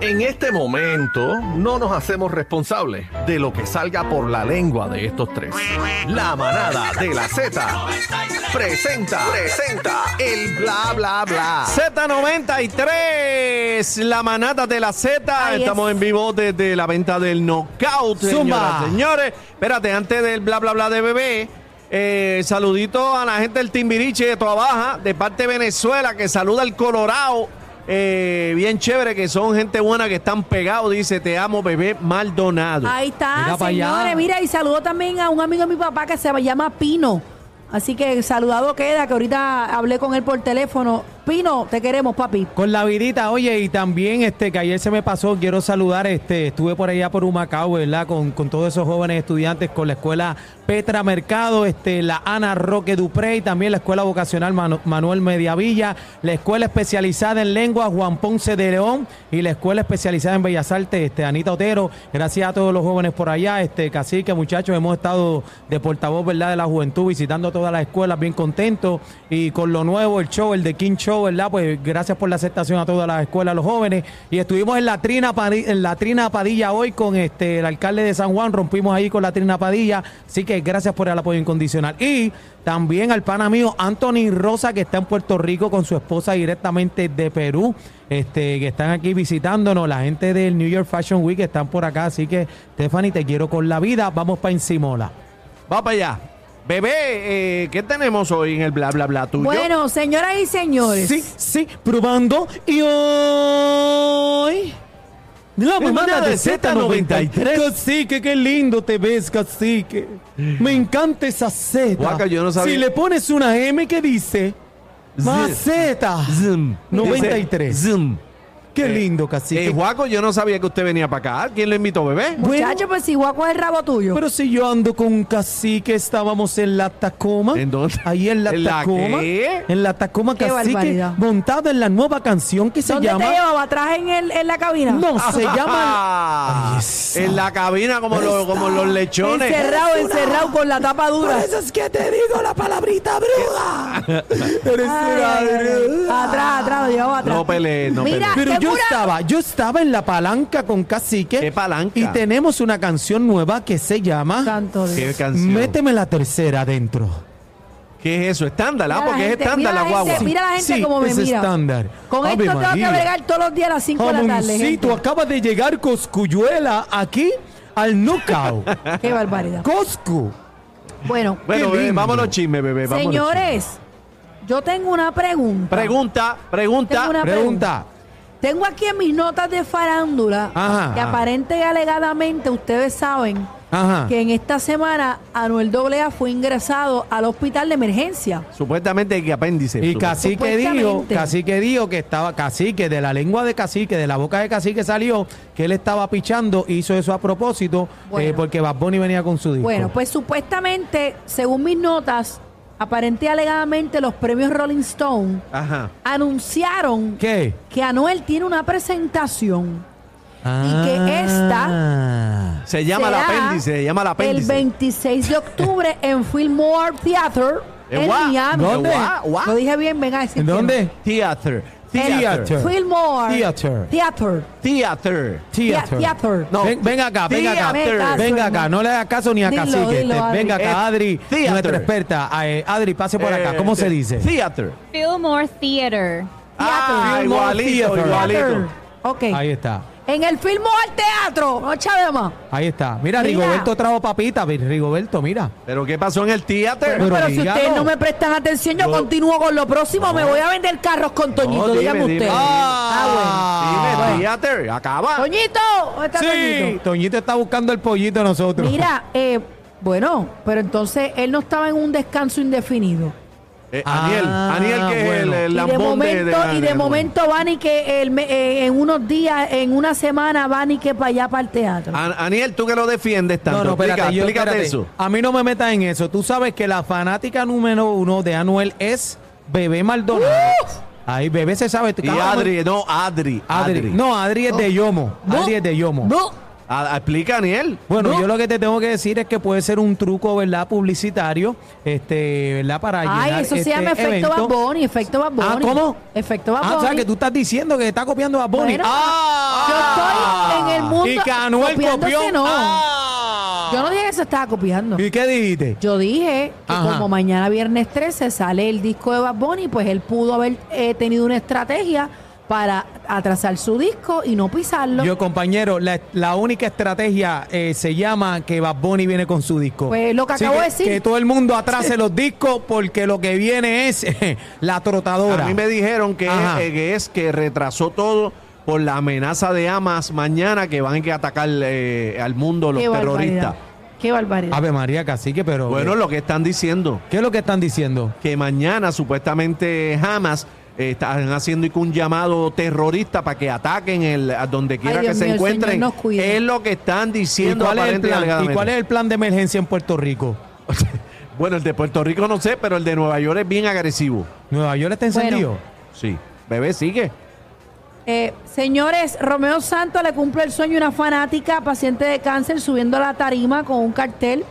En este momento no nos hacemos responsables de lo que salga por la lengua de estos tres. La manada de la Z presenta, presenta el bla bla bla. Z93, la manata de la Z. Ahí Estamos es. en vivo desde la venta del knockout, Zumba. señoras señores. Espérate, antes del bla bla bla de bebé, eh, saludito a la gente del Timbiriche de Toa Baja, de parte de Venezuela, que saluda al Colorado. eh, bien chévere, que son gente buena que están pegados. Dice, te amo, bebé Maldonado. Ahí está, Mira pa' allá. señores. Mira, y saludo también a un amigo de mi papá que se llama Pino. Así que saludado queda, que ahorita hablé con él por teléfono. Pino, te queremos, papi. Con la virita, oye, y también este que ayer se me pasó, quiero saludar, este, estuve por allá por Humacao, ¿verdad? Con, con todos esos jóvenes estudiantes, con la escuela Petra Mercado, este, la Ana Roque Dupré y también la escuela vocacional Manu- Manuel Mediavilla, la escuela especializada en lengua Juan Ponce de León y la escuela especializada en Bellas Artes, este, Anita Otero. Gracias a todos los jóvenes por allá, este, cacique, muchachos, hemos estado de portavoz, ¿verdad? De la juventud, visitando todas las escuelas, bien contentos y con lo nuevo, el show, el de King Show, ¿verdad? Pues gracias por la aceptación a todas las escuelas, a los jóvenes. Y estuvimos en la Trina, Padi- en la Trina Padilla hoy con este el alcalde de San Juan, rompimos ahí con la Trina Padilla. Así que gracias por el apoyo incondicional. Y también al pana mío Anthony Rosa, que está en Puerto Rico con su esposa directamente de Perú. Este, que están aquí visitándonos, la gente del New York Fashion Week están por acá, así que Stephanie, te quiero con la vida, vamos para encimola. Va para allá. Bebé, eh, ¿qué tenemos hoy en el bla bla bla tuyo? Bueno, señoras y señores. Sí, sí, probando. Y hoy. La Hermana manada de de Z93. Z93. Cacique, qué lindo te ves, cacique. Me encanta esa Z. Guaca, yo no sabía- Si le pones una M, ¿qué dice? Maceta. Zoom. 93. Qué lindo, cacique. Eh, Juaco, yo no sabía que usted venía para acá. ¿Quién lo invitó, bebé? bueno. Muchacho, pues si guaco es el rabo tuyo. Pero si yo ando con un cacique, estábamos en la Tacoma. ¿En dónde? Ahí en la ¿En la Tacoma. qué? En la Tacoma, Qué cacique. barbaridad. Montado en la nueva canción que se ¿Dónde llama. te llevaba? ¿Atrás en, el, en la cabina? No, se llama. Ah, Ay, esa. en la cabina como, los- como los lechones. Encerrado, encerrado con la tapa dura. es que te digo la palabrita bruda. Eres Ay, una ay, ay. bruda. Atrás, atrás, lo llevaba atrás. No pelees, no Mira, pelees. Pero qué yo pura- estaba, yo estaba en la palanca con Cacique. ¿Qué palanca? Y tenemos una canción nueva que se llama Santo Dios. ¿Qué canción? Méteme la tercera adentro. ¿Qué es eso? Estándar, Mira ¿ah? la Porque es gente, estándar la mira la gente, guagua. Mira la gente Sí, como me es mira. estándar. Con Ave esto tengo María. que bregar todos los días a las 5 de la tarde. Jamoncito, gente. acaba de llegar Coscuyuela aquí al Nucao. Qué barbaridad. Coscu. Bueno, Bueno, Qué bebé, lindo. vámonos chisme, bebé. vámonos chisme. Señores, yo tengo una pregunta. Pregunta, pregunta. Tengo una- Pregunta. tengo aquí en mis notas de farándula Ajá, que ajá. aparente y alegadamente ustedes saben Ajá. que en esta semana Anuel AA fue ingresado al hospital de emergencia. Supuestamente que apéndice. Y supuestamente. cacique dijo, Supuestamente. cacique dijo que estaba cacique, de la lengua de cacique, de la boca de cacique salió, que él estaba pichando, hizo eso a propósito, Bueno. eh, porque Bad Bunny venía con su disco. Bueno, pues supuestamente, según mis notas, aparente y alegadamente los premios Rolling Stone Ajá. anunciaron ¿Qué? que Anuel tiene una presentación que esta... Se llama la Será apéndice, se llama la el apéndice. 26 de octubre en Fillmore Theater ¿En en what? Miami. ¿Dónde? What? What? Lo dije bien, venga a decir ¿En que no. dónde? Theater. Theater. Theater. Fillmore Theater. Theater. Theater. Theater. Theater. No. Ven, ven acá, ven acá. Theater. Venga, Venga acá, no le hagas caso ni a Dilo, Cacique. dilo, Este, Adri. venga Eh, acá, Adri, theater. nuestra experta. Ah, eh, Adri, pase por acá. ¿Cómo se Este, dice? Theater. Fillmore Theater. Ah, Theater. igualito, Theater. igualito. Ok. Ahí está, En el Fillmore Teatro. No chave más. ahí está. Mira. Mira, Rigoberto trajo papita, Rigoberto, mira. ¿Pero qué pasó en el theater? Pero Pero, si dígalo. ustedes no me prestan atención, yo, Yo- continúo con lo próximo. Me voy a vender carros con Toñito, dime, dígame dime, usted. dime. Ah, Dime, bueno. theater, acaba. Ah. Toñito, ¿dónde está Sí, Toñito? Toñito está buscando el pollito de nosotros. Mira, eh, bueno, pero entonces él no estaba en un descanso indefinido. Eh, Aniel, Ah, Aniel que es el, bueno. el Y de lambón de- momento, de la- y de de- momento van y que el me- eh, en unos días, en una semana van y que para allá para el teatro. Ah, An- Aniel, tú que lo defiendes tanto, No, no, espérate, explica- yo- explícate espérate. eso. A mí no me metas en eso. Tú sabes que la fanática número uno de Anuel es Bebé Maldonado. ¡Oh! Ah, Ahí Bebé se sabe. Y Cada- Adri, no, Adri, Adri. Adri. No, Adri es de Yomo. No, Adri es de Yomo. no. A- a- explica, Aniel. Bueno, No. yo lo que te tengo que decir es que puede ser un truco, ¿verdad? Publicitario, este, ¿verdad? Para Ay, llenar eso se este llama efecto evento. Bad Bunny, efecto Bad Bunny. Ah, ¿cómo? Efecto Bad Ah, o sea, Bunny. que tú estás diciendo que está copiando a Bonnie. Bueno, ah, Yo estoy en el mundo. Y Canuel copiándose, copió. No. Ah. Yo no dije que se estaba copiando. ¿Y qué dijiste? Yo dije que Ajá. como mañana viernes 13 sale el disco de Bad Bunny, pues él pudo haber eh, tenido una estrategia para atrasar su disco y no pisarlo. Yo, compañero, la, la única estrategia eh, se llama que Bad Bunny viene con su disco. Pues, lo que acabo de decir. Que todo el mundo atrase los discos porque lo que viene es la trotadora. A mí me dijeron que, Ajá. eh, que es que retrasó todo por la amenaza de Hamas mañana que van a atacar eh, al mundo los Qué terroristas. barbaridad. Qué barbaridad. Ave María, cacique, pero. Bueno, lo que están diciendo, ¿Qué es lo que están diciendo? que mañana supuestamente Hamas eh, están haciendo un llamado terrorista para que ataquen el, a donde quiera Ay, que Dios se mío, el Señor encuentren. nos cuide. Es lo que están ¿Y diciendo. cuál, es el aparente y plan? ¿Y alegadamente. cuál es el plan de emergencia en Puerto Rico? Bueno, el de Puerto Rico no sé, pero el de Nueva York es bien agresivo. ¿Nueva York está Bueno. encendido? Sí. Bebé, sigue. Eh, señores, Romeo Santos le cumple el sueño a una fanática paciente de cáncer subiendo a la tarima con un cartel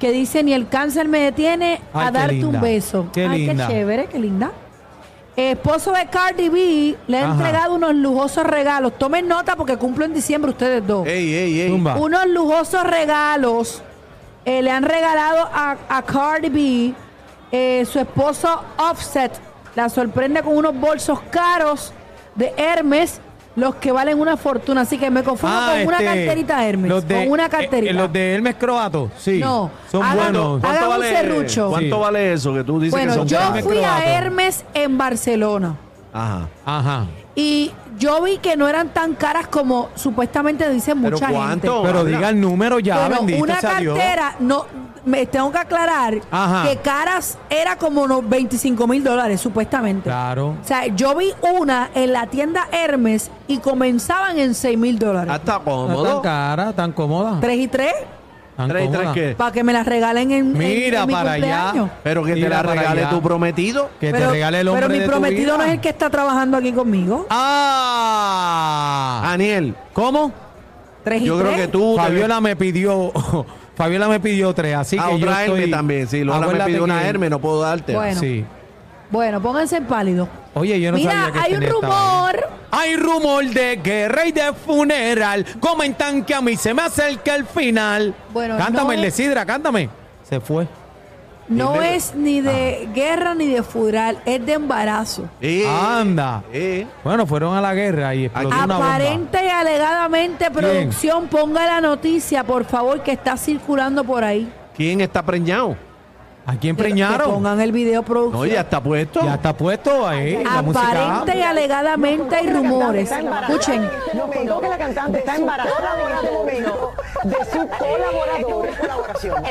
que dice ni el cáncer me detiene Ay, a qué darte linda. un beso. Qué Ay, linda. qué chévere, qué linda. Esposo de Cardi B le ha Ajá. entregado unos lujosos regalos. Tomen nota porque cumplo en diciembre ustedes dos. Ey, ey, ey. Zumba. Unos lujosos regalos eh, le han regalado a, a Cardi B. Eh, su esposo Offset la sorprende con unos bolsos caros de Hermes, los que valen una fortuna. Así que me confundo Ah, con una este, carterita Hermes. los de- con una eh, carterita. eh, los de Hermes Croato, sí. No, Son hagan- buenos. hagan- Haga un serrucho. ¿Cuánto Sí. vale eso que tú dices que bueno, son yo caros? fui a Croato. Hermes en Barcelona Ajá. Ajá. y yo vi que no eran tan caras como supuestamente dicen ¿Pero mucha gente. cuánto? Pero habla. diga el número ya, Pero bendito una sea Dios. cartera, no, me tengo que aclarar Ajá. que caras era como no, 25 mil dólares, supuestamente. Claro. O sea, yo vi una en la tienda Hermes y comenzaban en 6 mil Ah. dólares. Hasta No tan Ah, cómodo. cara, tan cómoda. ¿Tres y tres? tan Tres y tres cómoda. qué. Para que me las regalen en, en- Mira en mi para allá. cumpleaños. Pero que te Mira la para regale allá. tu prometido. Que Pero- te regale el hombre Pero mi de tu prometido vida. no es el que está trabajando aquí conmigo. ¡Ah! Aniel, ¿Cómo? Tres y yo creo tres. que tú. te- Fabiola me pidió... Fabiola me pidió tres, así Ah, que yo otra estoy... Hermes también. Sí, Lola me Acuérdate pidió una que- Hermes, no puedo darte. Bueno. Sí. Bueno, pónganse en pálido. Oye, yo no Mira, sabía que hay un tenía esta vaina. rumor. Hay rumor de guerra y de funeral. Comentan que a mí se me acerca el final. Bueno, cántame no el de es- Sidra, cántame. Se fue. No Dime. es ni Ah. de guerra ni de funeral, es de embarazo. Eh, Anda. eh. Bueno, fueron a la guerra y explotó Aquí- una bomba. Aparente y alegadamente, producción, ponga la noticia, por favor, que está circulando por ahí. ¿Quién está preñado? ¿A quién Que preñaron? pongan el video, producción. No, ya está puesto. Ya está puesto ahí la música. Aparente y alegadamente hay rumores. Está embarazada. Escuchen. Nos contó que la cantante está embarazada en este momento de su colaborador. Colaboración.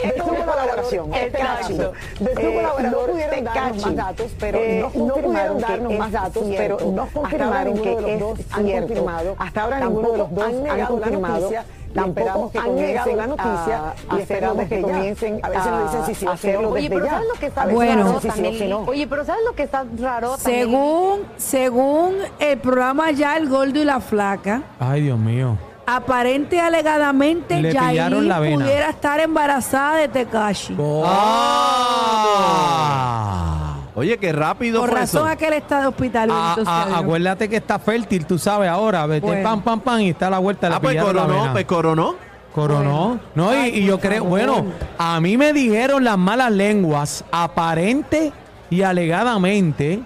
De su colaboración. Este El cacho. De Eh, su colaborador. pudieron darnos más datos, pero Eh, no pudieron darnos más datos, pero no confirmaron que es cierto. Hasta ahora ninguno de los dos han confirmado. Tampoco han negado la noticia y esperamos que comiencen a veces nos dicen si sí o si no. Oye, pero ¿sabes lo que está Bueno. raro Sí, sí, también? Oye, pero ¿sabes lo que está raro también? Según, según el programa ya El Gordo y la Flaca, Ay, Dios mío. aparente y alegadamente Le Yailin pillaron la vena. pudiera estar embarazada de Tekashi. Ah. Oye, qué rápido Por fue eso. razón a que él está de hospital. Ah, bendito sea ah, Dios. acuérdate que está fértil, tú sabes ahora. Vete Bueno. pam, pam, pam y está a la vuelta. le Ah, pues pillaron la coronó, vena. pues coronó. Coronó. No, y- y, yo creo, bueno, a mí me dijeron las malas lenguas, aparente y alegadamente,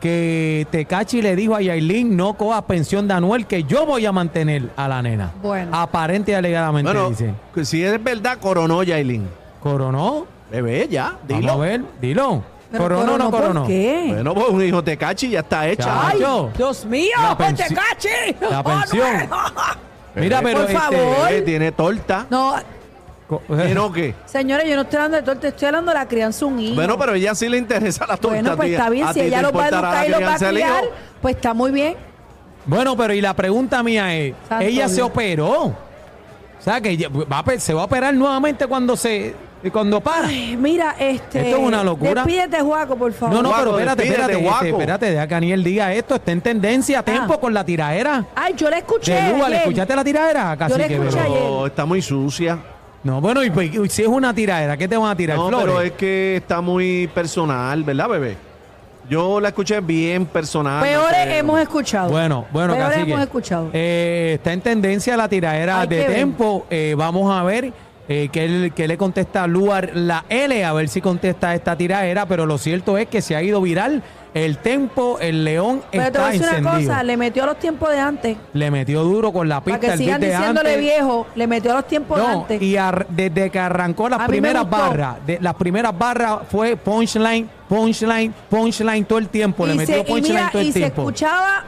que Tecachi le dijo a Yailin, no cojas pensión de Anuel, que yo voy a mantener a la nena. Bueno. Aparente y alegadamente, Bueno, dice. que si es verdad, coronó Yailin. Coronó. Bebé, ya, Vamos a dilo. ver, dilo. Pero coronó o no ¿por coronó. qué? Bueno, pues un hijo de cachi ya está hecha. Eh. ¡Ay! Yo. ¡Dios mío! La pues, pensi- Tecachi! la ¡Oh, pensión. Bebé, Mira, pero Por este, favor. Bebé, Eh, tiene torta. No, co- ¿Tiene qué? señores, yo no estoy hablando de torta, estoy hablando de la crianza de un hijo. Bueno, pero ella sí le interesa la torta. Bueno, pues tía. está bien, ¿A si ti te ella los va a importará educar y la los va a crianza del hijo? criar, pues está muy bien. Bueno, pero y la pregunta mía es, Santo ella se Dios. operó. O sea, que ella va a pe- se va a operar nuevamente cuando se cuando para. Ay, Mira, este. Esto es una locura. Despídete, Juaco, por favor. No, no, Guaco, pero espérate, despídete, espérate, guaco. este, espérate, deja que Aniel diga esto, está en tendencia a Ah. tiempo con la tiraera. Ay, yo la escuché. De Lua, ¿le ayer. escuchaste la tiraera? Casi Yo la que escuché pero- ayer. No, está muy sucia. No, bueno, y, pues, y si es una tiraera, ¿qué te van a tirar? No, flores? pero es que está muy personal, ¿verdad, bebé? Yo la escuché bien personal. Peores pero- hemos escuchado. Bueno, bueno, Peores cacique. hemos escuchado. Eh, está en tendencia la tiradera Hay de que ver. tempo. Eh, vamos a ver eh, qué, le- qué le contesta Luar la L, a ver si contesta esta tiradera. Pero lo cierto es que se ha ido viral. El tempo, el león Pero te voy a está decir una encendido. cosa, le metió a los tiempos de antes. Le metió duro con la Para pista que el beat sigan de diciéndole antes. viejo, le metió a los tiempos de No, antes. y ar- desde que arrancó A las mí me primeras gustó. barras, de, las primeras barras fue punchline, punchline, punchline todo el tiempo. le Y metió se- y punchline mira, todo el y se tiempo. escuchaba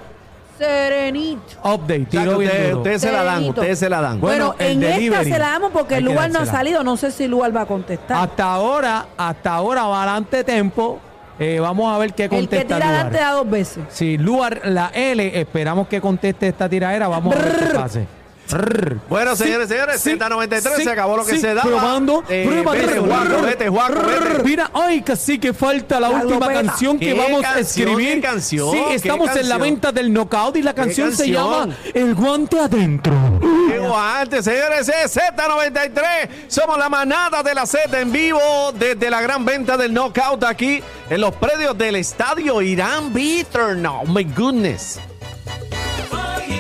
serenito. Update, O sea, que tiro bien ustedes, duro. ustedes se la dan, Serenito. ustedes se la dan. Bueno, Bueno, el en esta delivery. se la damos porque Hay el que lugar no ha dársela. Ah, salido. No sé si el lugar va a contestar. Hasta ahora, hasta ahora va adelante tempo. Eh, vamos a ver qué el que contesta tira Luar. adelante da dos veces. Si Luar la L, esperamos que conteste esta tiradera. Vamos a ver qué pase. Brr. Bueno, Sí, señores, señores, sí, Z93 sí, se acabó lo que sí, se daba. Probando, Eh, prueba, vete, brr, Juaco, brr, vete, Juaco, brr. vete. Mira, ay, casi que falta la, La última lopeta. canción ¿Qué que vamos a canción, escribir. qué canción, sí, qué estamos en la canción? venta del knockout y la canción, se canción? llama El guante adentro. Llegó antes, señores, es Z93. Somos la manada de la Z en vivo desde la gran venta del knockout aquí en los predios del estadio Irán Bitter. No, oh my goodness.